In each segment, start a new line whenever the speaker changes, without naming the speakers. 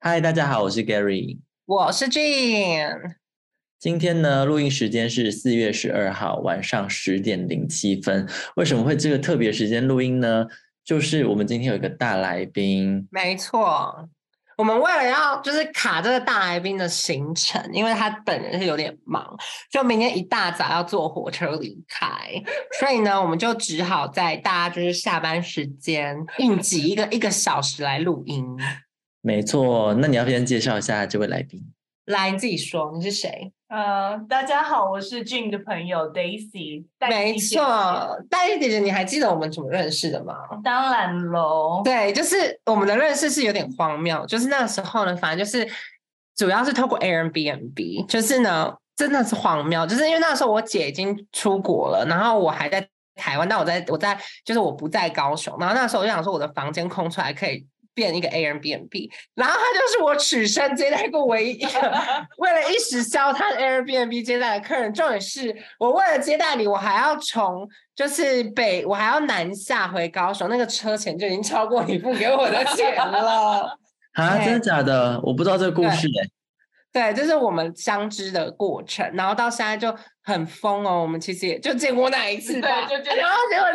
嗨，大家好，我是 Gary。
我是 Jean，
今天呢，录音时间是四月十二号晚上十点零七分。为什么会这个特别时间录音呢？就是我们今天有一个大来宾，
没错。我们为了要就是卡这个大来宾的行程，因为他本人是有点忙，就明天一大早要坐火车离开，所以呢，我们就只好在大家就是下班时间应急一个一个小时来录音。
没错。那你要不先介绍一下这位来宾？
来，你自己说你是谁？
呃，大家好，我是 Jim 的朋友 Daisy，黛西
没
姐姐
错，黛西姐姐，你还记得我们怎么认识的吗？
当然喽。
对，就是我们的认识是有点荒谬，就是那个时候呢，反正就是主要是透过 Airbnb，就是呢真的是荒谬，就是因为那时候我姐已经出国了，然后我还在台湾，但我在我在就是我不在高雄，然后那时候我就想说我的房间空出来可以。变一个 Airbnb，然后它就是我此生接待过唯一一个为了一时消摊 Airbnb 接待的客人，重点是我为了接待你，我还要从就是北，我还要南下回高雄，那个车钱就已经超过你付给我的钱了。
啊，
对
真的假的？我不知道这个故事哎、
对，这是我们相知的过程，然后到现在就很疯哦。我们其实也就见过那一次
对，
吧，
就这
然
样，
后结果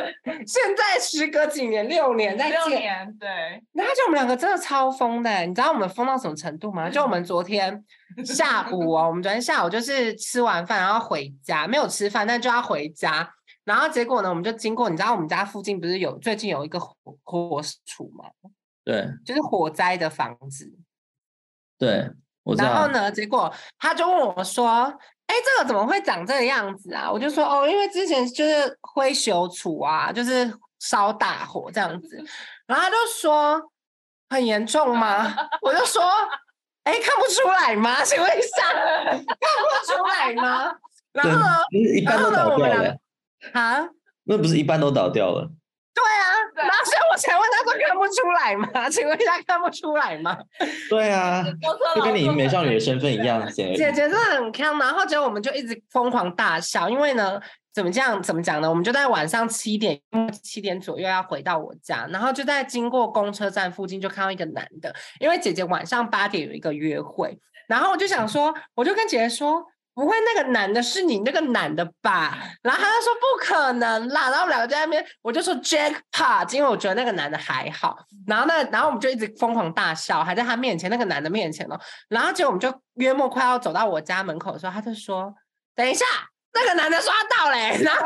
现在时隔几年，六年哎再
六
见，
年，对，
然后就我们两个真的超疯的欸，你知道我们疯到什么程度吗？就我们昨天下午哦，我们昨天下午就是吃完饭然后回家，没有吃饭但就要回家，然后结果呢，我们就经过，你知道我们家附近不是有最近有一个火火处嘛，
对
就是火灾的房子，
对，我知
然后
道。
呢，结果他就问我说：“哎，这个怎么会长这个样子啊？”我就说：“哦，因为之前就是灰朽处啊，就是烧大火这样子。”然后他就说：“很严重吗？”我就说：“哎，看不出来吗？请问一下，看不出来吗？”然后呢，
不是一般都
然后呢
倒
我
掉
们俩
了，欸
啊，
那不是一般都倒掉了。
对啊，
对
然后所以我才问他说：“看不出来吗？请问一下，看不出来吗？”
对啊，
公车
就跟
老
你
公
美
很
少女的
爱
身份一
吃
样，简而
姐
言之
姐真的很康，然后结果我们就一直疯狂大笑，因为呢，怎么这样怎么讲呢？我们就在晚上七点七点左右要回到我家，然后就在经过公车站附近就看到一个男的，因为姐姐晚上八点有一个约会，然后我就想说，我就跟姐姐说。不会，那个男的是你那个男的吧？然后她就说不可能啦，然后我们两个就在那边，我就说 jackpot，因为我觉得那个男的还好。然后那，然后我们就一直疯狂大笑，还在他面前那个男的面前哦。然后结果我们就约莫快要走到我家门口的时候，他就说：“等一下，那个男的刷到嘞、 然后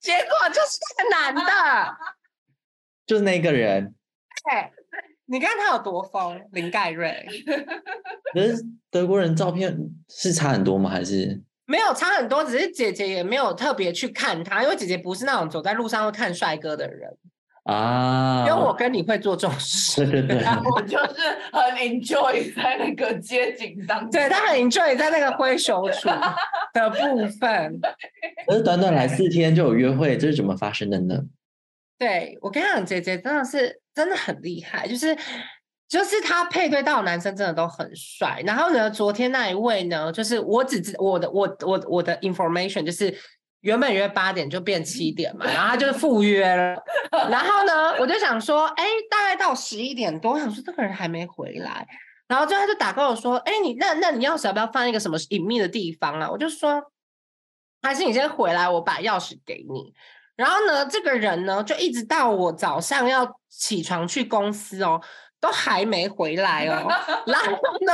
结果就是那个男的，
就是那个人，
对，你看他有多疯，林盖瑞
可是德国人照片是差很多吗？还是
没有差很多，只是姐姐也没有特别去看他，因为姐姐不是那种走在路上会看帅哥的人，
啊？
因为我跟你会做这种事。
对对对，
然后我就是很 enjoy 在那个街景当中，
对他很 enjoy 在那个挥手处的部分，
可是短短来四天就有约会，这是怎么发生的呢？
对我跟你讲，姐姐真的是真的很厉害，就是就是她配对到的男生真的都很帅。然后呢，昨天那一位呢，就是我只知我的我我我的 information 就是原本约八点就变七点嘛，然后他就是赴约了。然后呢，我就想说，哎，大概到十一点多，我想说这个人还没回来。然后就他就打给我说，哎，你那那你钥匙要不要放一个什么隐秘的地方啊？我就说，还是你先回来，我把钥匙给你。然后呢，这个人呢，就一直到我早上要起床去公司哦，都还没回来哦。然后呢，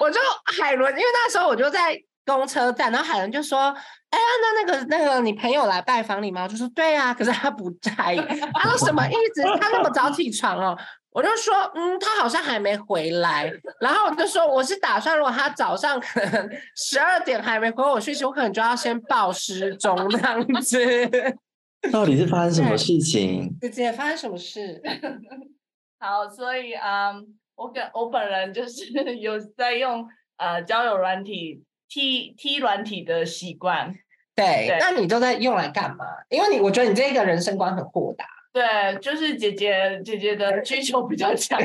我就海伦，因为那时候我就在公车站，然后海伦就说：“哎呀，那那个那个你朋友来拜访你吗？”我就说：“对啊。”可是他不在，他说什么一直他那么早起床哦。我就说，嗯，他好像还没回来。然后我就说，我是打算如果他早上可能十二点还没回我讯息，我可能就要先报失踪这样子。
到底是发生什么
对
事情？
姐姐发生什么事？
好，所以嗯，我跟我本人就是有在用呃交友软体 T T 软体的习惯，
对
对，
那你都在用来干嘛？因为你，我觉得你这个人生观很豁达。，
对，就是姐姐姐姐的需求比较强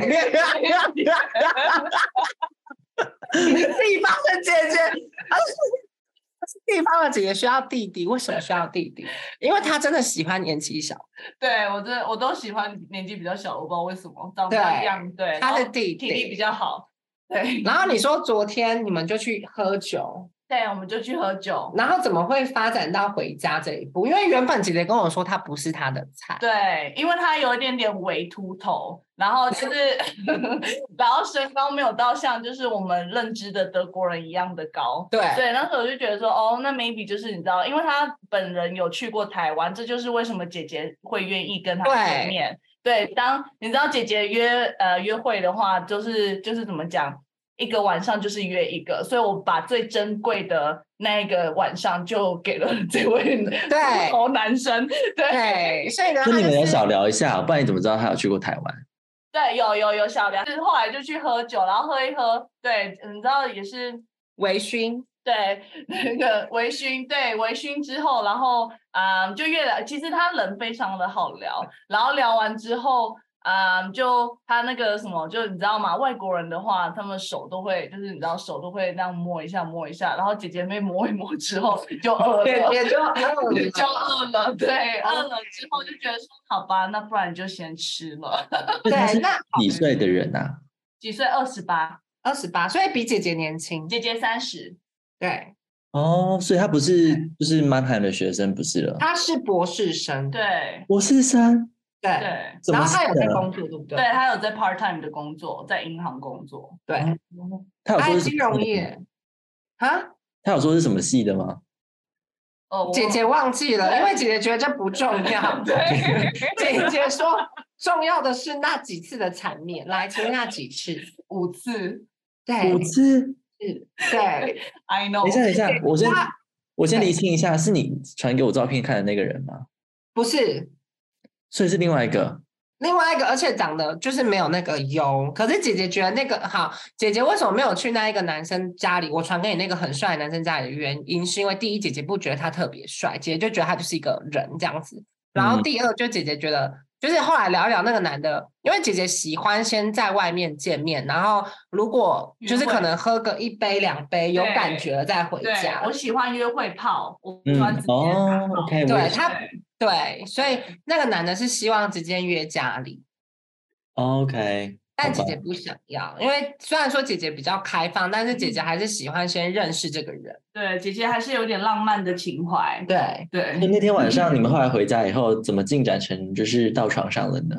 地方的姐姐，而且地方的姐姐需要弟弟，为什么需要弟弟？因为她真的喜欢年纪小，
对我真的我都喜欢年纪比较小，我不知道为什么长得比较
对
young，对，然
她
后
的弟
体力
弟
比较好，对，
然后你说昨天你们就去喝酒，
对，我们就去喝酒。
然后怎么会发展到回家这一步？因为原本姐姐跟我说她不是她的菜，
对，因为他有一点点微秃头，然后就是， 然后身高没有到像就是我们认知的德国人一样的高。
对
对，那时候我就觉得说，哦，那 maybe 就是你知道，因为他本人有去过台湾，这就是为什么姐姐会愿意跟他见
对
面。对，当你知道姐姐约呃约会的话，就是就是怎么讲，一个晚上就是约一个，所以我把最珍贵的那一个晚上就给了 这位
对
秃头男生。对
对，所以呢，她
那你们
就
要
是
少聊一下，不然你怎么知道他有去过台湾？
对，有有有小梁，就是后来就去喝酒，然后喝一喝，对，嗯你知道也是
微醺，
对 那个微醺，对微醺之后，然后啊、就越来，其实他人非常的好聊，然后聊完之后啊、就他那个什么，就你知道吗？外国人的话，他们手都会，就是你知道手都会那样摸一下摸一下，然后姐姐妹摸一摸之后就饿
也
了。
也就饿了
就饿了，对，饿了之后就觉得说，好吧，那不然就先吃了。
那他
对，
是
那
几岁的人啊？
几岁？二十八，
二十八，所以比姐姐年轻。
姐姐三十，
对，
哦，所以他不是就是曼海的学生，不是了。
她是博士生，
嗯对
我是生，
对。
对
怎
然
么
后她有
是
在
的
工作，对不对？
对，他有在 part time 的工作，在银行工作。
对，
他嗯有
她
说
有
是什
金
么
融
系的吗
业啊，
他有说是什么系的吗？
哦，我
姐姐忘记了，
对。
因为姐姐觉得这不重要
对，
姐姐说，重要的是那几次的缠绵。来，请问那几次？
五次
对，
我是
次，对，
，I
等一下，等
know。
一下，我先
他
我先
对
厘清一下，是你传给我照片看的那个人吗？
不是
所以是另外一个。
另外一个，而且长得就是没有那个油。可是姐姐觉得那个好，姐姐为什么没有去那一个男生家里？我传给你那个很帅的男生家里的原因，是因为第一，姐姐不觉得他特别帅，姐姐就觉得他就是一个人这样子。然后
嗯
第二，就姐姐觉得。就是后来聊一聊那个男的，因为姐姐喜欢先在外面见面，然后如果就是
约会
可能喝个一杯两杯有感
对
觉了再回
对
家，。
我喜欢约会泡，我不喜
嗯
欢直，接打
哦
炮
，OK，我
对
也是
他对，所以那个男的是希望直接约家里，
OK，好
但姐
吧
姐不想要，因为虽然说姐姐比较开放，但是姐
嗯
姐还是喜欢先认识这个人。
对，姐姐还是有点浪漫的情怀。
对，
所以
对，
哎那天晚上你们后来回家以后，怎么进展成就是到床上了呢？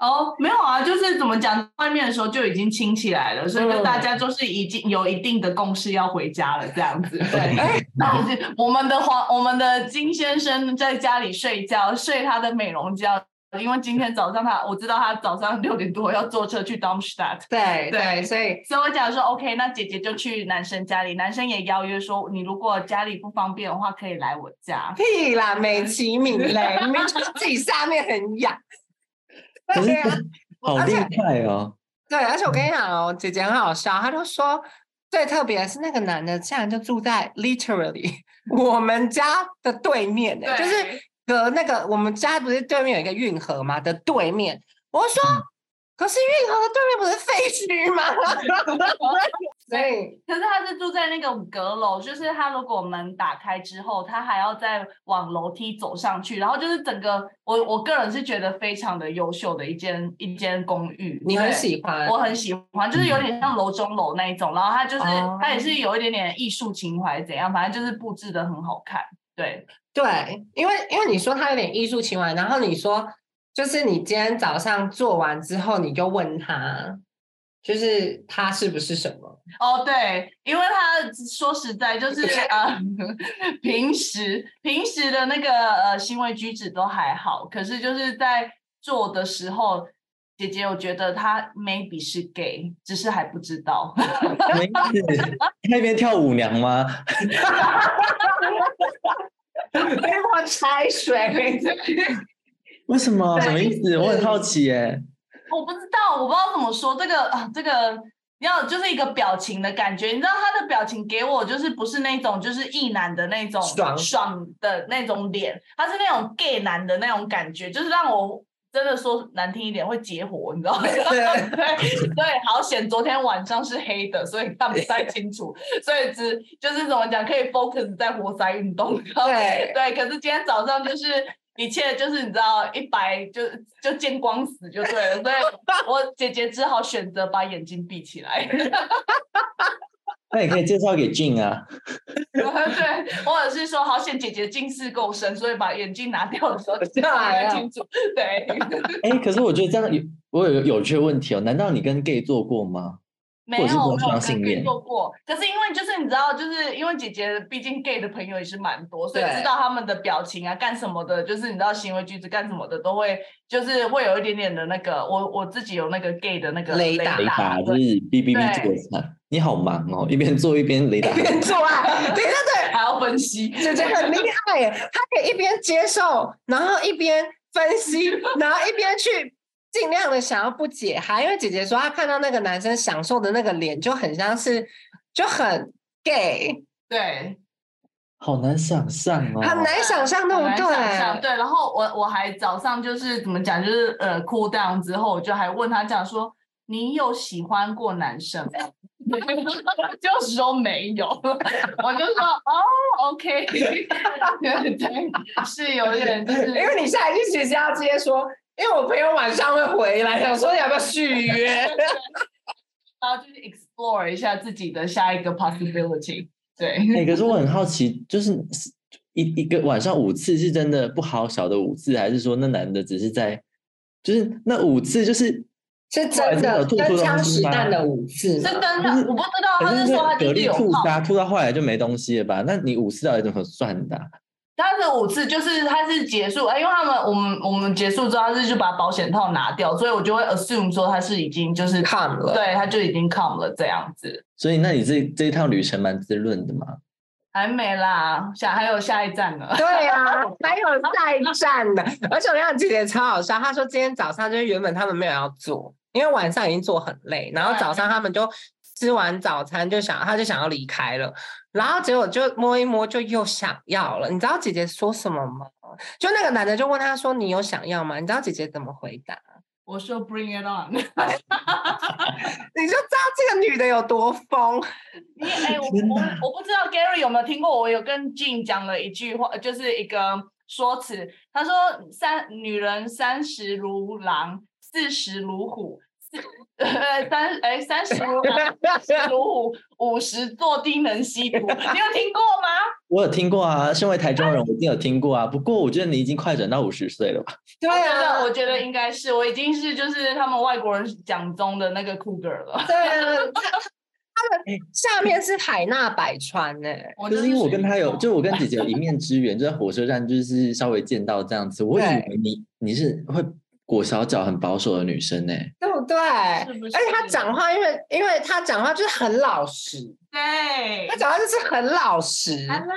哦，没有啊，就是怎么讲，外面的时候就已经亲起来了，所以
嗯
就大家就是已经有一定的共识要回家了，这样子。对，那就是我们的黄，我们的金先生在家里睡觉，睡他的美容觉，因为今天早上他，我知道他早上六点多要坐车去 Darmstadt，
对
对
对，所以
所以我讲说 OK，那姐姐就去男生家里，男生也邀约说，你如果家里不方便的话，可以来我家。
屁啦，美 其名嘞，明明就是自己下面很痒。
可是
对啊，
好
而
厉
且
害哦！
对，而且我跟你讲哦，姐姐很好笑，她就说最特别的是那个男的竟然就住在 literally 我们家的对面呢、就是隔那个我们家不是对面有一个运河嘛的对面，我说、
嗯
可是运河的对面不是废墟吗？ 所以
可是他是住在那个阁楼，就是他如果门打开之后，他还要再往楼梯走上去，然后就是整个我我个人是觉得非常的优秀的一间一间公寓，
你很
对
喜欢
我很喜欢，就是有点像楼中楼那一种，然后它就是、
哦
它也是有一点点艺术情怀，怎样，反正就是布置的很好看。对
对，因为因为你说他有点艺术情怀，然后你说就是你今天早上做完之后，你就问他，就是他是不是什么？
哦，对，因为他说实在就是呃，平时平时的那个呃行为举止都还好，可是就是在做的时候，姐姐我觉得他 maybe 是 gay，只是还不知道。
什么意思？那边跳舞娘吗？
被 我拆水。
为什么？什么意思？我很
是
好奇耶。
我不知道，我不知道怎么说这个啊，这个要就是一个表情的感觉，你知道他的表情给我就是不是那种就是意男的那种
爽
爽的那种脸，他是那种 gay 男的那种感觉，就是让我真的说难听一点会结火，你知道吗？
对
对对，好险，昨天晚上是黑的，所以看不太清楚，所以只就是怎么讲，可以 focus 在活塞运动。然后
对
对，可是今天早上就是一切就是你知道一白就就见光死就对了，所以我姐姐只好选择把眼睛闭起来。
那也可以介绍给 Jin 啊，
对，或者是说好险姐姐近视够深，所以把眼镜拿掉的时候就看清楚。对，
哎、可是我觉得这样有我有有趣的问题哦，难道你跟 gay 做过吗？
没
或
有
者是不
没
能
有
双
跟
性
gay
恋
做过，可是因为就是你知道，就是因为姐姐毕竟 gay 的朋友也是蛮多，所以
对
知道他们的表情啊、干什么的，就是你知道行为举止干什么的，都会就是会有一点点的那个，我我自己有那个 gay 的那个
雷达
达，
雷达就是
对
B B B
对
做餐，你好忙哦，一边做一边雷达。
边做爱，对对对，
还要分析，
姐姐很厉害耶，她可以一边接受，然后一边分析，然后一边去尽量的想要不解嗨，因为姐姐说她看到那个男生享受的那个脸，就很像是就很 gay，
对，
好难想象哦，
很难想象，对
很
不
难想象，
对？
对，然后我我还早上就是怎么讲，就是呃，cool down 之后，我就还问他讲说，你有喜欢过男 生吗？就是说没有， 我就说哦，OK，对对，是有点就是，
因为你下一句其实要直接说，因为我朋友晚上会回来，想说要不要续约。
然后就是 explore 一下自己的下一个 possibility，对，
哎、可是我
嗯
很好奇，就是一一个晚上五次是真的不好小的五次，还是说那男的只是在，就是那五次就是
是
后来真
真
的
的
有吐出
真
东
枪
西
实
吗
弹的五次
是
吗，
真的，我不知道，
可
他
是
是说他
那
就
蛤
是
蜊
有
吐
泡
沙，吐到后来就没东西了吧？那你五次到底怎么算的啊、
他的五次就是他是结束，哎，因为他们我们我们结束之后，他是就把保险套拿掉，所以我就会 assume 说他是已经就是
看了。
对，他就已经 come 了这样子，
所以那你这这一趟旅程蛮滋润的嘛？
还没啦，下还有下一站呢。
对啊，还有下一站呢。而且我让姐姐超好笑，她说今天早上就是原本他们没有要做，因为晚上已经做很累，然后
对
早上他们就吃完早餐就想，她就想要离开了，然后结果就摸一摸就又想要了。你知道姐姐说什么吗？就那个男的就问她说：“你有想要吗？”你知道姐姐怎么回答？
我说 bring it on，
你就知道这个女的有多 疯。
你哎， 我
天
我
哪
我不知道 Gary 有没有听过，我有跟 Jin 讲了一句话，就是一个说辞，他说三女人三十如狼，四十如虎，四 呃三哎三十如狼。
啊
如虎五十坐地 能吸毒，你有听过吗？
我有听过啊，身为台中人，我一定有听过啊。不过我觉得你已经快转到五十岁了吧？
对
我觉
啊
得，我觉得应该是，我已经是就是他们外国人讲中的那个 cougar 了。
对啊，他们下面是海纳百川欸呢、
我
就是因为我
属于
跟他
那
有，
种
就我跟姐姐有一面之缘，就在火车站就是稍微见到这样子。我以
对
为你你是会裹小脚、很保守的女生欸呢、
对不对？
是不
而且他
是
讲话，因为因为他讲话就是很老实，
对
他讲话就是很老实，
啊
然
，Hello，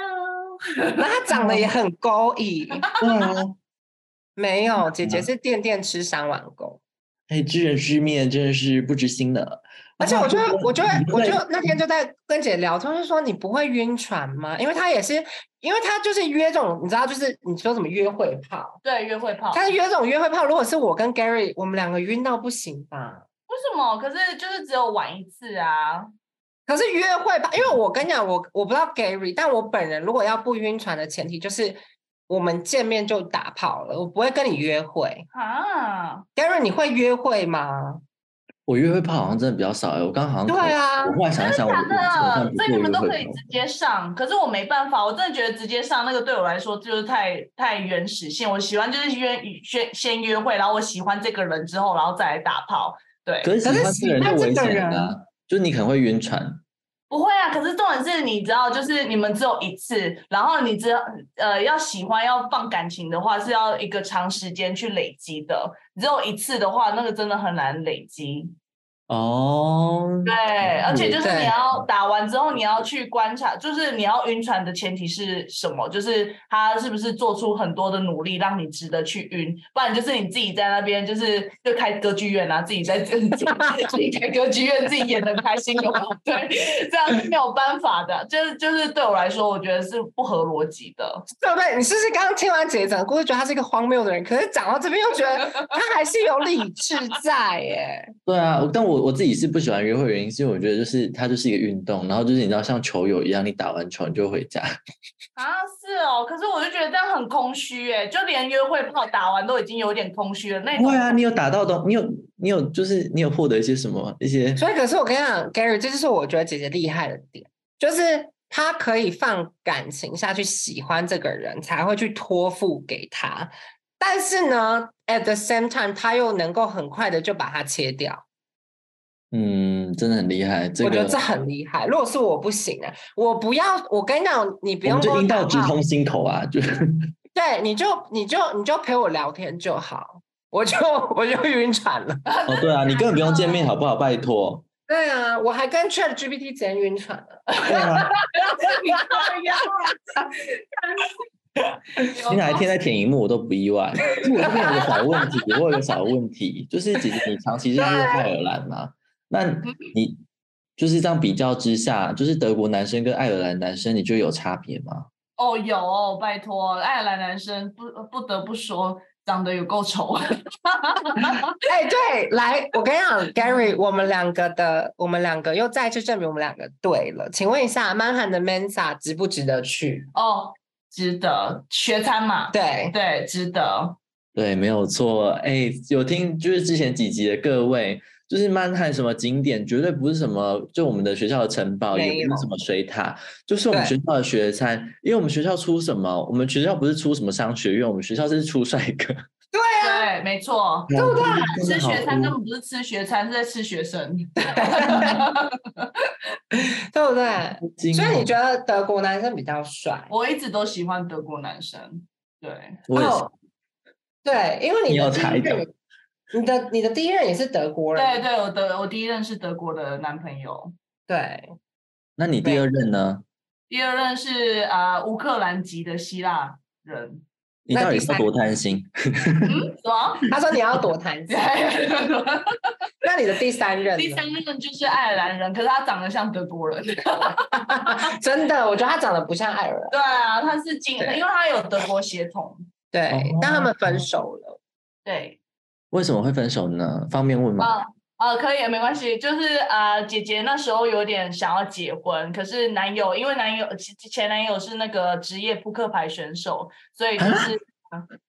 后他长得也很勾引。
对啊，
没有，姐姐是垫垫吃三碗公，
哎，知人知面真的是不知心的。
而且我就
哇
我就
你都
我
在
就那天就在跟姐聊，她就说你不会晕船吗？因为她也是，因为她就是约这种，你知道，就是你说什么约会炮，
对，约会炮。
但是约这种约会炮，如果是我跟 Gary，我们两个晕到不行吧？
为什么？可是就是只有玩一次啊。
可是约会吧，因为我跟你讲，我我不知道 Gary，但我本人如果要不晕船的前提就是我们见面就打炮了，我不会跟你约会。
啊，
Gary，你会约会吗？
我约会炮好像真的比较少哎、我刚刚好像
对
口
啊
我后来想一想，我我
真的
我，
所
算
以
不做约
你们都可
会
以
炮。
直接上，可是我没办法，我真的觉得直接上那个对我来说就是太太原始性。我喜欢就是约先先约会，然后我喜欢这个人之后，然后再来打炮。对，
可是喜
可是
欢
喜
这个人就危
欢这个
险
人
了、就是你可能会晕船。
不会啊，可是重点是你知道，就是你们只有一次，然后你只呃要喜欢要放感情的话，是要一个长时间去累积的。只有一次的话，那个真的很难累积。
哦，
对，而且就是
对
你要打完之后，你要去观察，就是你要晕船的前提是什么？就是他是不是做出很多的努力，让你值得去晕？不然就是你自己在那边就是就开歌剧院啊，自己在自己 自己开歌剧院，自己演的开心就好。对，这样是没有办法的，就是就是对我来说，我觉得是不合逻辑的。
对不对？你是不是刚刚听完姐姐讲的故事，觉得她是一个荒谬的人？可是讲到这边又觉得她还是有理智在耶。
对啊，但我我我自己是不喜欢约会的原因，是因为我觉得就是它就是一个运动，然后就是你知道像球友一样，你打完球你就回 家。
啊，是哦，可是我就觉得这样很空虚哎，就连约会炮打完都已经有点空虚了。那
不
种
会啊，你有打到东，你有你有就是你有获得一些什么一些
所以，可是我跟你讲，Gary，这就是我觉得姐姐厉害的点，就是她可以放感情下去喜欢这个人，才会去托付给他。但是呢，at the same time，她又能够很快的就把它切掉，
嗯，真的很厉害。这
我觉
个
得这很厉害。如果是我不行啊，我不要，我跟你讲，你不
我
用
们
跟
就
我
阴道
打
直
炮
通心口啊，就是
对，你就你就你就陪我聊天就好，我就 我就晕船了。
哦对啊，你根本不用见面好不好？拜托。
对啊，我还跟 Chat GPT 直接晕船了。
对 啊，
你这样，
你哪一天在舔荧幕我都不意外。就我这边有个小问题，我有个小问题，就是姐姐你长期是热爱尔兰嘛？那你就是这样比较之下，就是德国男生跟爱尔兰男生，你觉得有差别吗？
哦，有哦拜托，爱尔兰男生不呃不得不说，长得有够丑。
哎，对，来，我跟你讲，Gary，我们两个的，我们两个又再次证明我们两个对了。请问一下，曼汉的 Mensa 值不值得去？
哦，值得学餐嘛？
对，
对，值得。
对，没有错。哎，有听就是之前几集的各位，就是曼汉什么景点，绝对不是什么就我们的学校的城堡，
没
也不
有
是什么水塔，就是我们
对
学校的学餐。因为我们学校出什么？我们学校不是出什么商学院，我们学校是出帅 哥，
对，啊没错。
对不
啊
吃学餐根本不是吃学餐，是在吃学生。
对不对？所以你觉
得？
得德国男生比较帅？
我一直都喜欢德国男生。对，
我也是
哦对，因为你
你
的
有
第
才
一
的
任，你的你的第一任也是德国
对
人，
对，我的我第一任是德国的男朋友，
对
那你第
对
二任呢？
第二任是啊、呃乌克兰籍的希腊人。
你
那
到底
第
是
三
多贪心？
嗯，什么？
他说你要躲谈资，那你的第三任呢，
第三任就是爱尔兰人，可是他长得像德国人。
真的，我觉得他长得不像爱尔兰。
对啊，他是金，因
对
为他有德国血统。
哦
对，但他们分手了。
对，
为什么会分手呢？方便
嗯
问吗？
哦
啊啊，可以，没关系。就是啊，姐姐那时候有点想要结婚，可是男友因为男友前前男友是那个职业扑克牌选手，所以就是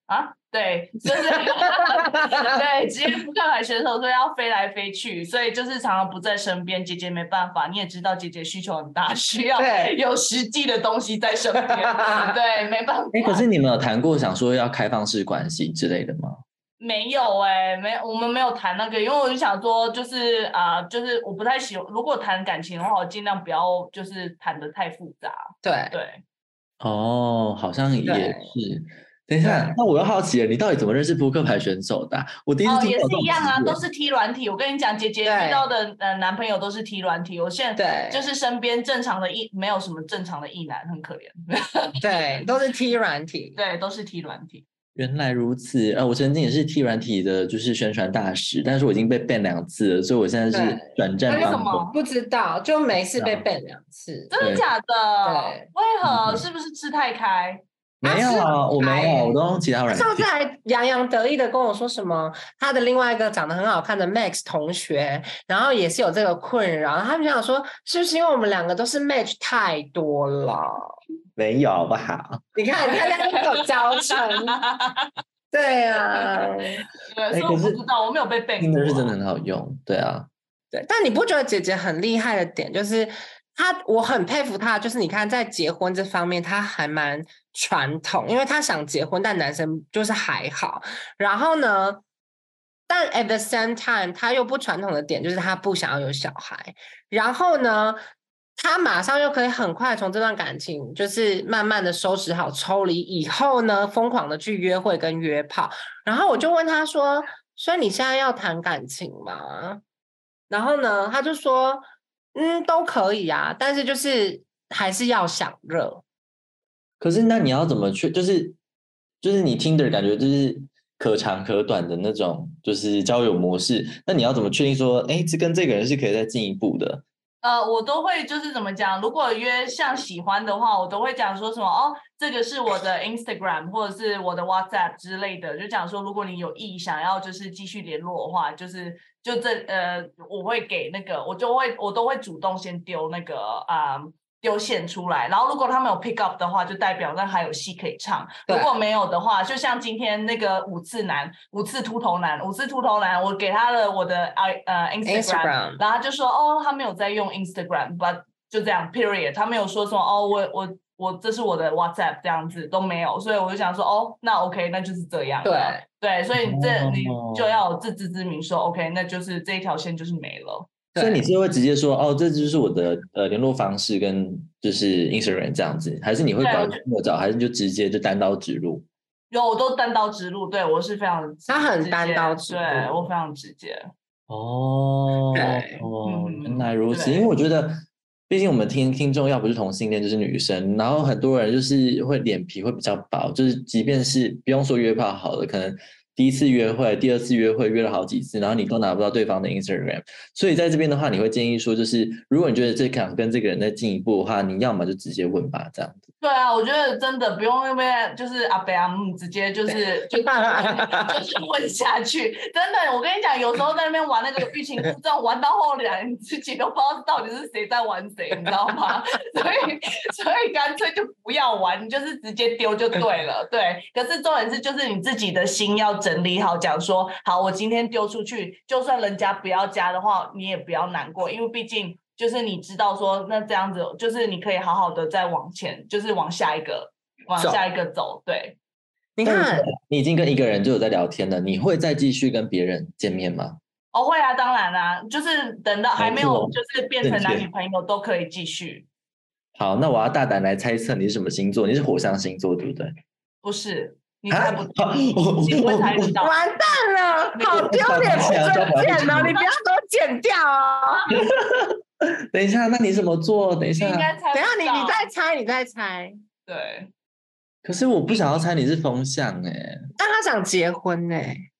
啊啊，对，就是 对职业扑克牌选手，所以要飞来飞去，所以就是常常不在身边。姐姐没办法，你也知道，姐姐需求很大，需要
对
有实际的东西 在身边。对，没办法。
哎，可是你们有谈过想说要开放式关系之类的吗？
没有哎、没，我们没有谈那个，因为我就想说，就是啊、就是我不太喜欢，如果谈感情的话，我尽量不要就是谈的太复杂。
对，
对，
哦，好像也
对
是。等一下，那我又好奇了，你到底怎么认识扑克牌选手的啊、我第一次
哦，
听
也
到
是
这种
一样啊，
职业
都是 T 软体。我跟你讲，姐姐
对
遇到的呃男朋友都是 T 软体，我现在
对，
就是身边正常的异，没有什么正常的异男，很可怜。
对，都是 T 软体。
对，都是 T 软体。
原来如此，呃，我曾经也是 T 软体的，就是宣传大使，但是我已经被 ban 两次了，所以我现在是
对
转战
为什
当中。
么？啊
不知道，就没事
对
被
啊
ban 两次。
真的
对
假的
对？
为何？
嗯
是不是吃太开？
啊
没有
是
啊，我
牌
没
耶
有，我都用其他
啊
软
上次
件。
还洋洋得意的跟我说什么，他的另外一个长得很好看的 Max 同学，然后也是有这个困扰，他们就想说，是不是因为我们两个都是 match 太多了？
没有，好不 好？
你看，他两个有 交成，对啊，
对，所
哎
以我
可
不
是
知道，我没有被 ban
真的是
过
真
啊
的很好用，对啊，
对。但你不觉得姐姐很厉害的点就是？她，我很佩服她，就是你看在结婚这方面，她还蛮传统，因为她想结婚，但男生就是还好。然后呢，但 at the same time，他又不传统的点就是他不想要有小孩。然后呢，他马上又可以很快从这段感情就是慢慢的收拾好、抽离，以后呢疯狂的去约会跟约炮。然后我就问他说：“所以你现在要谈感情吗？”然后呢，他就说：“嗯，都可以啊，但是就是还是要想热。
可是那你要怎么去？就是就是你听的感觉就是可长可短的那种，就是交友模式。那你要怎么确定说，哎，这跟这个人是可以再进一步的？
呃，我都会就是怎么讲，如果约像喜欢的话，我都会讲说什么哦，这个是我的 Instagram 或者是我的 WhatsApp 之类的，就讲说如果你有意想要就是继续联络的话，就是就这呃，我会给那个我就会我都会主动先丢那个啊。呃丢线出来，然后如果他们有 pick up 的话，就代表那还有戏可以唱；如
对
果没有的话，就像今天那个五次男、五次秃头男、五次秃头男，我给他了我的 i 呃 Instagram，
Instagram
然后他就说哦，他没有在用 Instagram，but 就这样 period，他没有说什么哦，我我我这是我的 WhatsApp 这样子都没有，所以我就想说哦，那 OK，那就是这样，
对
对，所以你这
哦
你就要有自知之明说 OK，那就是这一条线就是没了，
所以
对
你是会直接说哦，这就是我的呃联络方式跟就是 Instagram 这样子，还是你会
对
拐
我
弯抹角，还是你就直接就单刀直入？
有我都单刀直入，对我是非常直
他很
直
单
接
刀直入
对我非常直接，
哦
对
哦，原
嗯
来如此。
对
因为我觉得，毕竟我们听听众要不是同性恋就是女生，然后很多人就是会脸皮会比较薄，就是即便是不用说约炮好了，可能第一次约会、第二次约会约了好几次，然后你都拿不到对方的 Instagram，所以在这边的话，你会建议说，就是如果你觉得这想跟这个人再进一步的话，你要么就直接问吧，这样子。
对啊，我觉得真的不用因为就是阿北阿姆直接就是就就是混下去。真的，我跟你讲，有时候在那边玩那个欲擒故纵，玩到后来你自己都不知道到底是谁在玩谁，你知道吗？ 所以所以干脆就不要玩，你就是直接丢就对了。对，可是重点是就是你自己的心要整理好，讲说好，我今天丢出去，就算人家不要加的话，你也不要难过，因为毕竟。就是你知道说，那这样子就是你可以好好的再往前，就是往下一个，往
走
下一个走。对，
你
但
看，
你已经跟一个人就有在聊天了，你会再继续跟别人见面吗？
哦，会啊，当然啦、就是等到还没
没
有
错
就是变成
正
男
确
女朋友都可以继续，
好，那我要大胆来猜测你是什么星座？你是火象星座，对不对？
不是？你
啊
猜不，
啊我我
你会猜不到。
完蛋了，好丢脸，不
我
准
想
剪
说
哦！你不要给我剪掉哦。
等一下，那你怎么做？等一
你应
下，
该猜不
等一下
到。
你你再猜，你再猜。
对，
可是我不想要猜你是风象哎、
但他想结婚呢、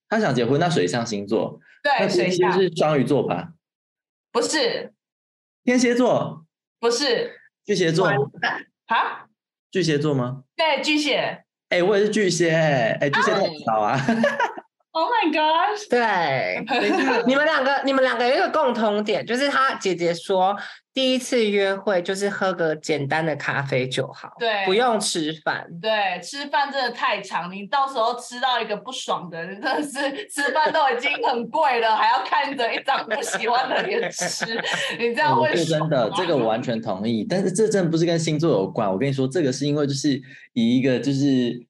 他想结婚，那水象星座，那
对，
是
水下
是双鱼座吧？
不是
天蝎座、
不是
巨蟹座、
啊？
巨蟹座吗？
对，巨蟹。
哎、我也是巨蟹哎、哎、巨蟹太少啊！
Oh my gosh！
对，
等一下
你们两个，你们两个有一个共同点，就是他姐姐说，第一次约会就是喝个简单的咖啡就好，
对，
不用吃饭。
对，吃饭真的太长，你到时候吃到一个不爽的，真的是吃饭都已经很贵了，还要看着一张不喜欢的脸吃，你这样
我
会
说
爽
真的
吗，
哦这个我完全同意。但是这真的不是跟星座有关，我跟你说，这个是因为就是以一个就是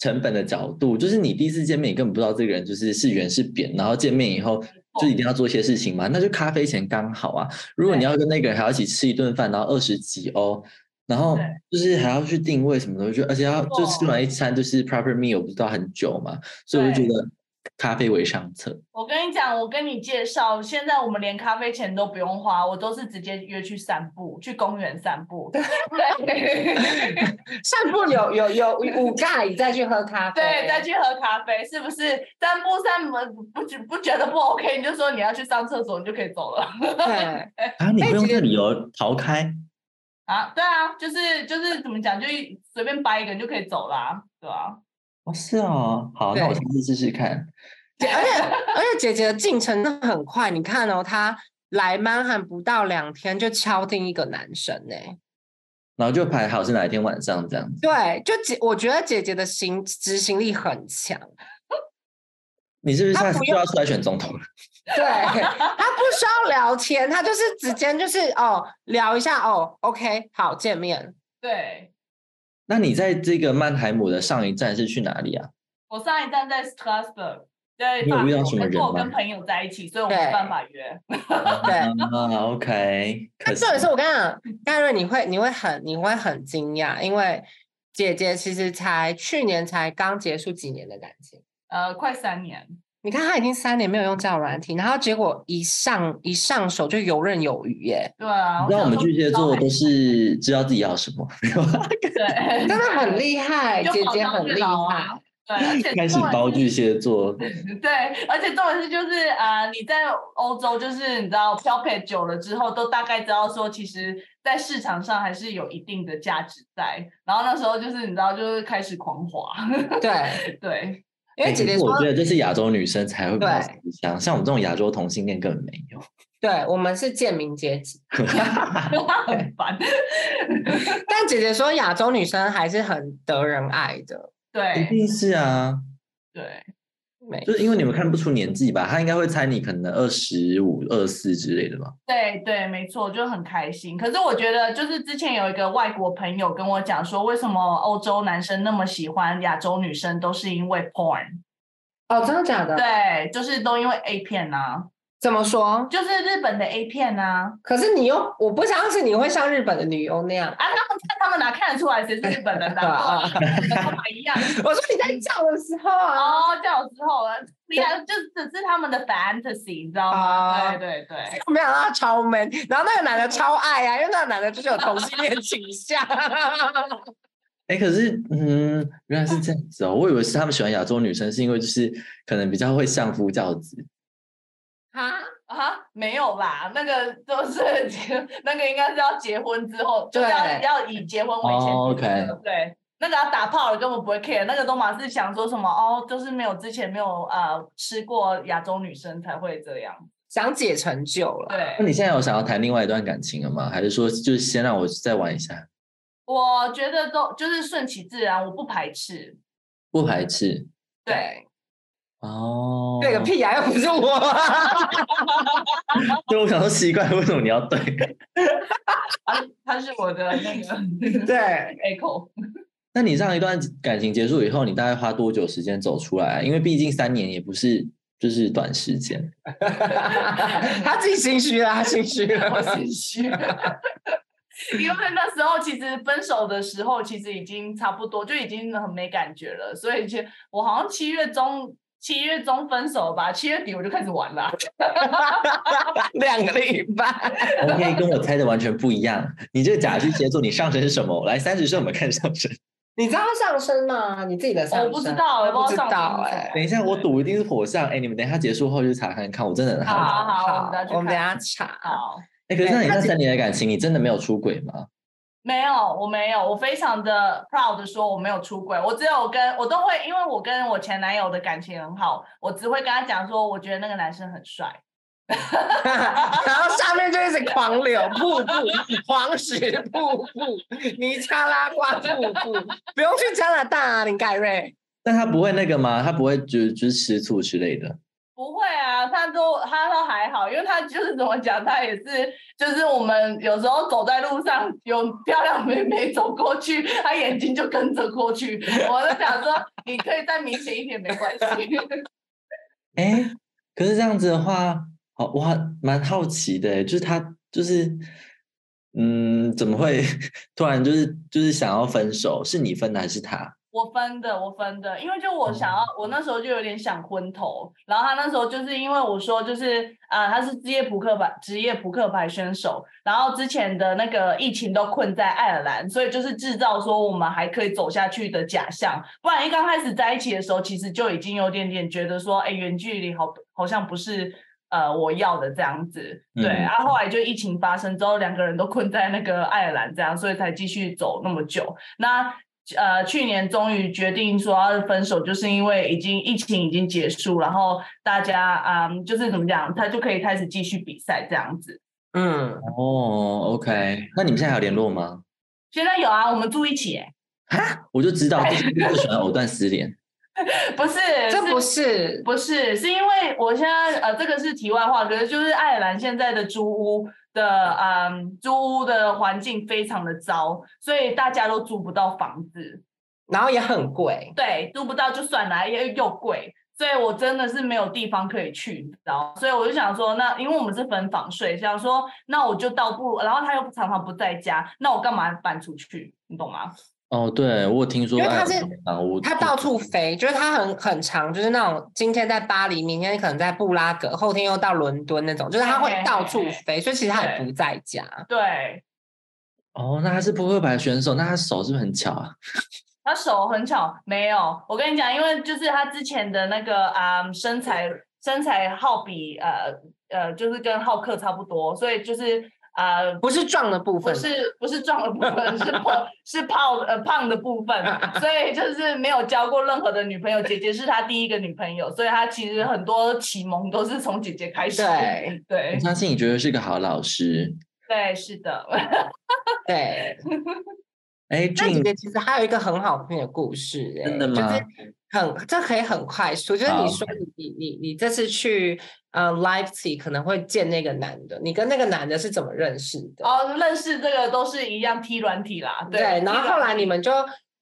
成本的角度，就是你第一次见面，你根本不知道这个人就是是圆是扁，然后见面以后就一定要做一些事情嘛，那就咖啡钱刚好啊。如果你
对
要跟那个人还要一起吃一顿饭，然后二十几欧。然后
对
就是还要去定位什么的，我觉得而且要就吃完一餐就是 proper meal 不知道很久嘛，所以我就觉
对
得咖啡为上策。
我跟你讲，我跟你介绍，现在我们连咖啡钱都不用花，我都是直接约去散步，去公园散步。 对
散步 有有有五盖，你再去喝咖啡。
对，再去喝咖啡，是不是？散步散不不觉不觉得不 OK，你就说你要去上厕所，你就可以走了。
对，
啊，你
哎
不用
其
这
实
理由逃开，
啊，对啊，就是就是怎么讲，就一随便掰一个你就可以走啦，对啊，
哦，是哦，好，那我
对
下次试试看。
姐而且而且姐姐的进程真的很快，你看哦，她来曼汉不到两天就敲定一个男生呢、
然后就排好是哪一天晚上这样子。
对，就姐，我觉得姐姐的行执行力很强。
你是不是
啊
下次
不
就要出来选总统了？
对他不需要聊天，他就是直接就是哦聊一下哦，OK，好见 面。
对。
那你在这个曼海姆的上一站是去哪里啊？
我上一站在 Strasbourg，在
你有
法
遇到
国
什么
可是
人
我跟
吗
朋友在一起，所以我没
对
办法约。
啊，OK，可
但
是
重点是我跟你讲，盖瑞你会你会很你会很惊讶，因为姐姐其实才去年才刚结束几年的感情，
呃，快三年，
你看她已经三年没有用交友
嗯
软体，然后结果一上一上手就游刃有余耶，
对啊。
那我
想
们
说
巨蟹
早
座
晚
都是知道自己要什么，没有啊
对，
真的很厉害，
嗯 就
姐
跑
姐
上
很
月
厉
老
害
啊。对，而 且
开始
重点
包
是
巨蟹座，
对，而且重点是就是呃，你在欧洲就是你知道漂配久了之后，都大概知道说，其实在市场上还是有一定的价值在。然后那时候就是你知道，就是开始狂滑，
对，
对，
因为
哎
姐
可
姐
是
说
我觉得这是亚洲女生才会比较
对
像，像我们这种亚洲同性恋根本 没有。
对我们是贱民阶级，
很烦。
但姐姐说亚洲女生还是很得人爱的，
一
对
定是啊，
对，
没
就是因为你们看不出年纪吧，他应该会猜你可能二十五、二四之类的吧。
对对，没错，就很开心。可是我觉得，就是之前有一个外国朋友跟我讲说，为什么欧洲男生那么喜欢亚洲女生，都是因为 porn，
哦，真的假的？
对，就是都因为 A 片呐、
怎么说？
就是日本的 A 片啊呐、
可是你又，我不相信你会像日本的女优那样。
啊，他们看他们哪看得出来谁是日本人的、
对
啊？
啊，
跟我们一样。
我说你在叫的时候啊，
哦，这有时候啊，厉害，就只是他们的 fantasy，你知道吗？
啊
对对对，
没想到他超 man，然后那个男的超爱啊，因为那个男的就是有同性恋倾 向。
哎，可是，嗯，原来是这样子哦，我以为是他们喜欢亚洲女生，是因为就是可能比较会相夫教子。
啊，
啊，没有吧？那个都是那个应该是要结婚之后，就是要
对
要以结婚为前提的、
哦，OK
对。那个要打炮了根本不会 care，那个都嘛是想说什么哦，就是没有之前没有呃吃过亚洲女生才会这样，
想解成就了。
对。
那你现在有想要谈另外一段感情了吗？还是说就是先让我再玩一下，
我觉得都就是顺其自然，我不排斥。
不排斥
对，
哦？
对个！屁呀、又不是 我。
对，我想说奇怪，为什么你要对？
啊，他是我的 那个
对，
echo。
那你上一段感情结束以后，你大概花多久时间走出来啊、因为毕竟三年也不是就是短时间。
他自己心虚了，他心虚
我
了。
心虚。 因为那时候其实分手的时候，其实已经差不多，就已经很没感觉了，所以就我好像七月中七月中分手吧，七月底我就开始玩了。
两个礼拜，
OK，跟我猜的完全不一样。你这个假巨蟹座，你上身是什么？来，三十岁我们看上身。
你知道上身吗？你自己的上身？
我不知道我
不
不
知
知道
道
上身是什么
哎、
等一下，我赌一定是火象。哎，你们等一下结束后去查看看，我真的很好奇。
好好我们等下去
我们等下
看
查。
好，
哎，可是那
对
你
他
那
其
三年的感情，你真的没有出轨吗？
没有，我没有，我非常的 proud 的说我没有出轨，我只有跟我都会，因为我跟我前男友的感情很好，我只会跟他讲说，我觉得那个男生很帅。
然后下面就一直狂流瀑布，黄石瀑布，尼加拉瓜瀑布，不用去加拿大啊，林盖瑞。
但他不会那个吗？他不会就是就是吃醋之类的？
不会啊，他都他都还好，因为他就是怎么讲，他也是就是我们有时候走在路上，有漂亮妹妹走过去，他眼睛就跟着过去。我就想说，你可以再明显一点，没关系。
哎，可是这样子的话，好，我还蛮好奇的，欸就是他就是，嗯，怎么会 突然就是就是想要分手？是你分的还是他？
我分的，我分的，因为就我想要，我那时候就有点想昏头，然后他那时候就是因为我说就是啊、他是职业扑克牌职业扑克牌选手，然后之前的那个疫情都困在爱尔兰，所以就是制造说我们还可以走下去的假象，不然一刚开始在一起的时候，其实就已经有点点觉得说，哎，远距离好好像不是。呃，我要的这样子，对，
嗯
啊，后来就疫情发生之后，两个人都困在那个爱尔兰，这样，所以才继续走那么久。那呃，去年终于决定说要分手，就是因为已经疫情已经结束，然后大家啊、嗯就是怎么讲，他就可以开始继续比赛这样子。
嗯，
哦，OK，那你们现在还有联络吗？
现在有啊，我们住一起、欸，
我就知道， 就是不喜欢藕断丝连。
不是，
这不是
不是，是因为我现在呃，这个是题外话，可是就是爱尔兰现在的租屋的嗯，租屋的环境非常的糟，所以大家都租不到房子。
然后也很贵，
对，租不到就算了，又又贵，所以我真的是没有地方可以去，你知道吗？所以我就想说，那因为我们是分房睡，想说那我就倒不如，然后他又常常不在家，那我干嘛搬出去？你懂吗？
哦，对，我有听说
因为
爱
他
尔兰
是
有啊房屋
它
就
到处飞，就是它很很长，就是那种今天在巴黎，明天可能在布拉格，后天又到伦敦那种，就是它会到处飞，所以其实它也不在家。
对，
哦，那他是扑克牌选手，那他手是不是很巧啊？
他手很巧，没有。我跟你讲，因为就是他之前的那个啊、身材身材好比呃呃，就是跟浩克差不多，所以就是呃
不是壮的部分
不，是不是壮的部分， 是胖是胖呃胖的部分，所以就是没有交过任何的女朋友。姐姐是他第一个女朋友，所以他其实很多启蒙都是从姐姐开始。
对
对
我相信你觉得是个好老师。
对，是的，
对。
哎，
那里
俊，
面其实还有一个很好听的故事、欸，
真的
就
吗
是很，这可以很快速。就是
好
你说你你你你这次去呃 Leipzig 可能会见那个男的，你跟那个男的是怎么认识的？
哦，认识这个都是一样踢软体啦。
对，
对
然后后来
你。
你们就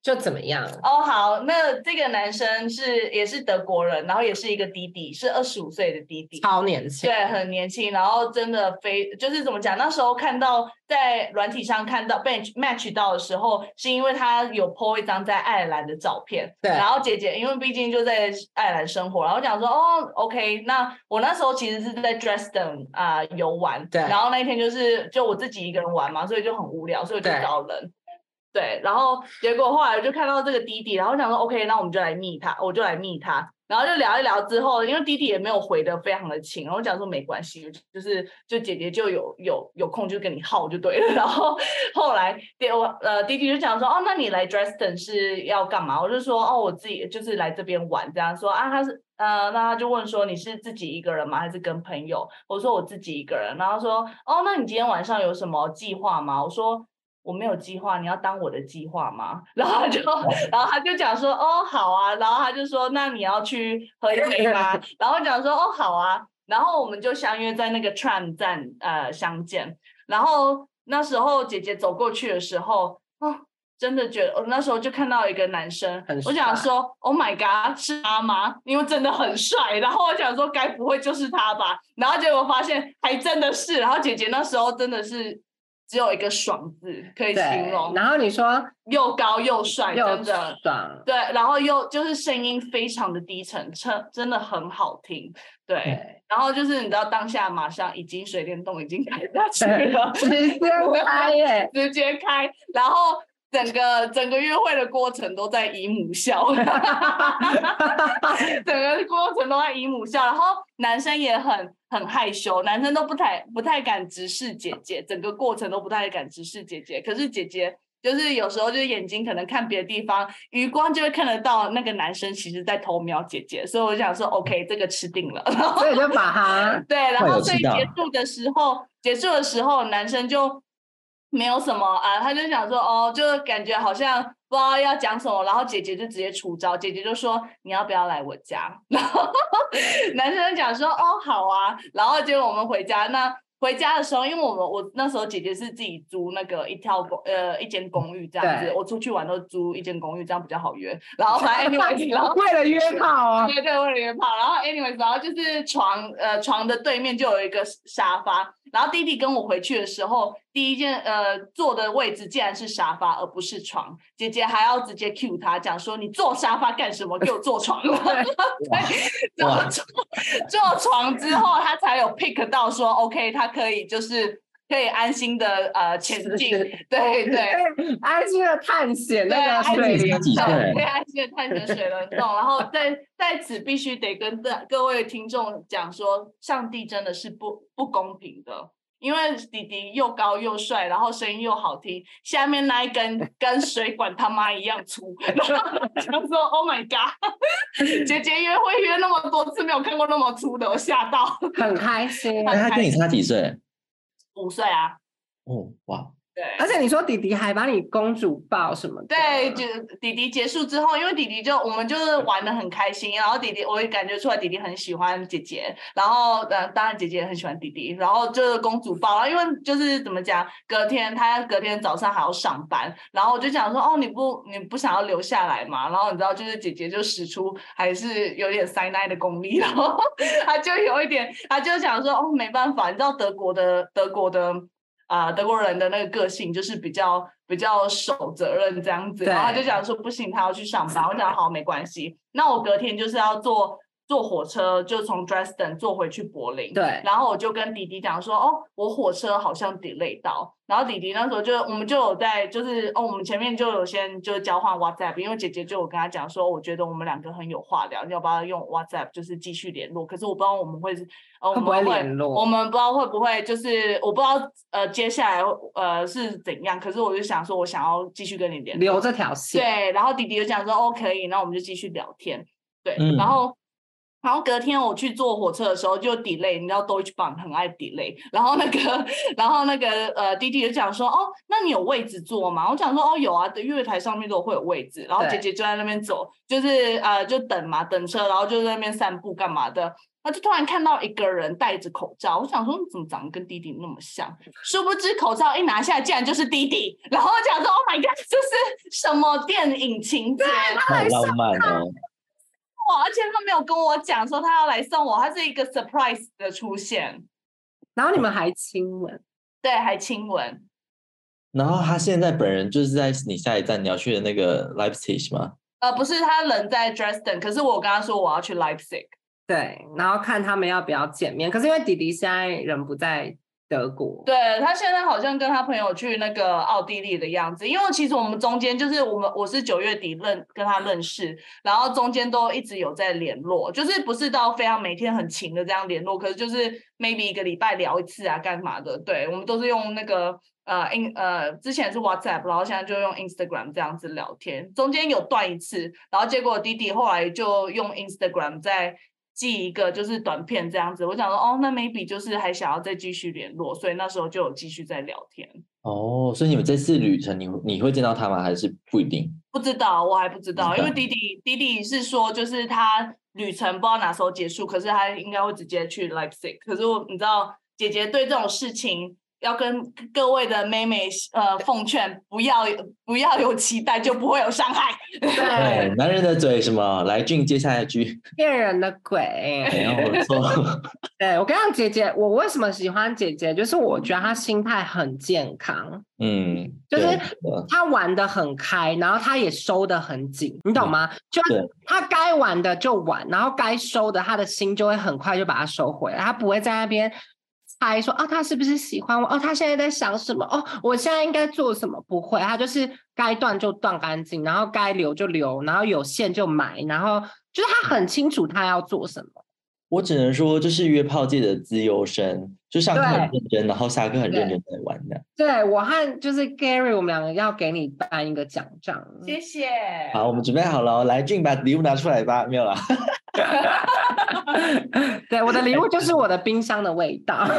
就怎么样？
哦，好，那这个男生是也是德国人，然后也是一个弟弟，是二十五岁的弟弟，
超年轻，
对，很年轻，然后真的非就是怎么讲，那时候看到在软体上看到被 match 到的时候，是因为他有 po 一张在爱尔兰的照片，
对
然后姐姐因为毕竟就在爱尔兰生活，然后讲说哦，OK，那我那时候其实是在 Dresden 啊、游玩，
对
然后那一天就是就我自己一个人玩嘛，所以就很无聊，所以我就
对
找人。对，然后结果后来就看到这个弟弟，然后想说 OK，那我们就来密他，我就来密他，然后就聊一聊之后，因为弟弟也没有回的非常的勤，然后我讲说没关系，就是就姐姐就有有有空就跟你耗就对了。然 后后来弟我呃弟弟就讲说哦，那你来 Dresden 是要干嘛？我就说哦，我自己就是来这边玩这样说啊，他是。呃，那他就问说你是自己一个人吗，还是跟朋友？我说我自己一个人。然后他说哦，那你今天晚上有什么计划吗？我说我没有计划，你要当我的计划吗？ 然后他就，然后他就讲说，哦，好啊。然后他就说，那你要去喝一杯吗？然后我讲说，哦，好啊。然后我们就相约在那个 tram 站呃相见。然后那时候姐姐走过去的时候，哦，真的觉得，我那时候就看到一个男生
很，
我想
帅
说，Oh my god，是他吗？因为真的很帅。然后我想说，该不会就是他吧？然后结果发现还真的是。然后姐姐那时候真的是只有一个爽字可以
对
形容，
然后你说
又高又帅，
又
真的。
爽，
对，然后又就是声音非常的低沉，真真的很好听。
哎
对，
对，
然后就是你知道当下马上已经水电动已经开 下去了，
直接拍耶，
直接开，然后整个整个约会的过程都在姨母笑， 整个过程都在姨母笑，然后男生也很很害羞，男生都不太不太敢直视姐姐，整个过程都不太敢直视姐姐，可是姐姐。就是有时候就是眼睛可能看别的地方，余光就会看得到那个男生其实在偷瞄姐姐，所以我就想说，OK，这个吃定了。然后
所以就把 他
对，然
会
后
有
所以
知道
结束的时候，结束的时候，男生就没有什么啊，他就想说哦，就感觉好像不知道要讲什么，然后姐姐就直接出招，姐姐就说你要不要来我家？ 然后男生就讲说哦好啊，然后结果我们回家那。回家的时候，因为我们我那时候姐姐是自己租那个一套公呃一间公寓这样子
对，
我出去玩都租一间公寓，这样比较好约。然后反 正 anyway，然后
为了约炮
哦
啊，
对对，为了约炮。然后 anyways，然后就是床呃床的对面就有一个沙发，然后弟弟跟我回去的时候，第一件呃坐的位置竟然是沙发而不是床，姐姐还要直接 cue 他讲说你坐沙发干什么？给我坐 床。坐
哇
床坐床之后，他才有 pick 到说 OK，他可以就是可以安心的呃前进。
哦
对对，
哎安心的探险那个
安
水
静
帘
自己
洞
对
对，安心的探险水轮洞。然后在在此必须得跟各各位听众讲说，上帝真的是不不公平的。因为弟弟又高又帅，然后声音又好听，下面那一根跟水管他妈一样粗，然后我想说 Oh my god，姐 姐约会约那么多次，没有看过那么粗的，我吓到。
很开心。
那哎他跟你差几岁？
五岁啊，
哦，哇，
对，
而且你说弟弟还把你公主抱什么的，啊
对，就弟弟结束之后，因为弟弟就我们就是玩的很开心，然后弟弟我也感觉出来弟弟很喜欢姐姐，然后呃当然姐姐也很喜欢弟弟，然后就是公主抱，然后因为就是怎么讲，隔天他隔天早上还要上班，然后我就讲说哦你不你不想要留下来嘛，然后你知道就是姐姐就使出还是有点塞奶的功力，然后他就有一点他就想说哦没办法，你知道德国的德国的。啊、德国人的那个个性就是比较比较守责任这样子，然后他
对
就讲说不行，他要去上班。我讲好，没关系。那我隔天就是要坐坐火车就从 Dresden 坐回去柏林。
对
然后我就跟弟弟讲说，哦，我火车好像 delay 到。然后弟弟那时候就，我们就有在，就是哦，我们前面就有先就交换 WhatsApp，因为姐姐就有跟他讲说，我觉得我们两个很有话聊，要不要用 WhatsApp 就是继续联络？可是我不知道我们会，呃，
会
我们
不会联络？
我们不知道会不会就是我不知道呃接下来呃是怎样，可是我就想说，我想要继续跟你联络。
留这条线。
对，然后弟弟就讲说哦可以，那我们就继续聊天。对，
嗯
然后。然后隔天我去坐火车的时候就 delay，你知道 Deutsche Bahn 很爱 delay。然后那个， 然后那个呃，弟弟就讲说，哦，那你有位置坐吗？我讲说，哦，有啊，对月台上面都会有位置。然后姐
对
姐就在那边走，就是呃，就等嘛，等车，然后就在那边散步干嘛的。然后就突然看到一个人戴着口罩，我想说你怎么长得跟弟弟那么像？殊不知口罩一拿下，竟然就是弟弟。然后我讲说，Oh my god，这是什么电影情节？
好浪漫哦！
哇！而且他没有跟我讲说他要来送我，他是一个 surprise 的出现，
然后你们还亲吻，
对，还亲吻。
然后他现在本人就是在你下一站你要去的那个 Leipzig 吗？
呃，不是，他人在 Dresden，可是我跟他说我要去 Leipzig。
对，然后看他们要不要见面。可是因为弟弟现在人不在德国，
对他现在好像跟他朋友去那个奥地利的样子，因为其实我们中间就是我们我是九月底认跟他认识，然后中间都一直有在联络，就是不是到非常每天很勤的这样联络，可是就是 maybe 一个礼拜聊一次啊，干嘛的？对我们都是用那个呃 in 呃之前是 WhatsApp，然后现在就用 Instagram 这样子聊天，中间有断一次，然后结果弟弟后来就用 Instagram 在。寄一个就是短片这样子，我想说哦，那 maybe 就是还想要再继续联络，所以那时候就有继续在聊天。
哦，所以你们这次旅程你你会见到他吗？还是不一定？
不知道，我还不知道，
知
因为
道
弟弟弟弟是说，就是他旅程不知道哪时候结束，可是他应该会直接去 Leipzig。可是我你知道，姐姐对这种事情要跟各位的妹妹呃奉劝，不要不要有期待，就不会有伤害。
对，
哎对，男人的嘴什么？来俊，接下一句
骗人的鬼。
没有错。
对我跟你讲，姐姐，我为什么喜欢姐姐，就是我觉得她心态很健康，
嗯，
就是
对的
她玩的很开，然后她也收的很紧，你懂吗？就
对
她该玩的就玩，然后该收的，她的心就会很快就把它收回来，她不会在那边猜说啊，她是不是喜欢我？哦，她现在在想什么？哦，我现在应该做什么？不会，她就是该断就断干净，然后该留就留，然后有线就买，然后就是她很清楚她要做什么。
我只能说，就是约炮界的资优生，就上课很
对
认真，然后下课很认
对
真在玩的。
对我和就是 Gary，我们两个要给你颁一个奖状。
谢。
好，我们准备好了哦，来俊，把礼物拿出来吧。没有啦，
对，我的礼物就是我的冰箱的味道。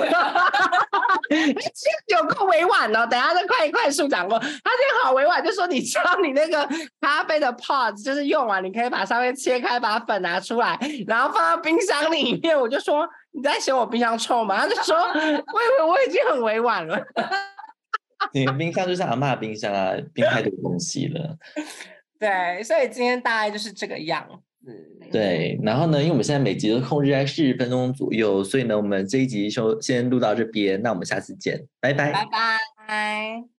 有够委婉哦，等一下再快快速讲过。他今天好委婉，就说你知道你那个咖啡的 pod 就是用完，你可以把上面切开，把粉拿出来，然后放到冰箱里面。我就说你在嫌我冰箱臭吗？他就 说我以为我已经很委婉了。
你的冰箱就像阿嬷的冰箱啊，冰太多东西了。
对，所以今天大概就是这个样子。
对，然后呢，因为我们现在每集都控制在四十分钟左右，所以呢，我们这一集就先录到这边，那我们下次见，拜拜
拜拜。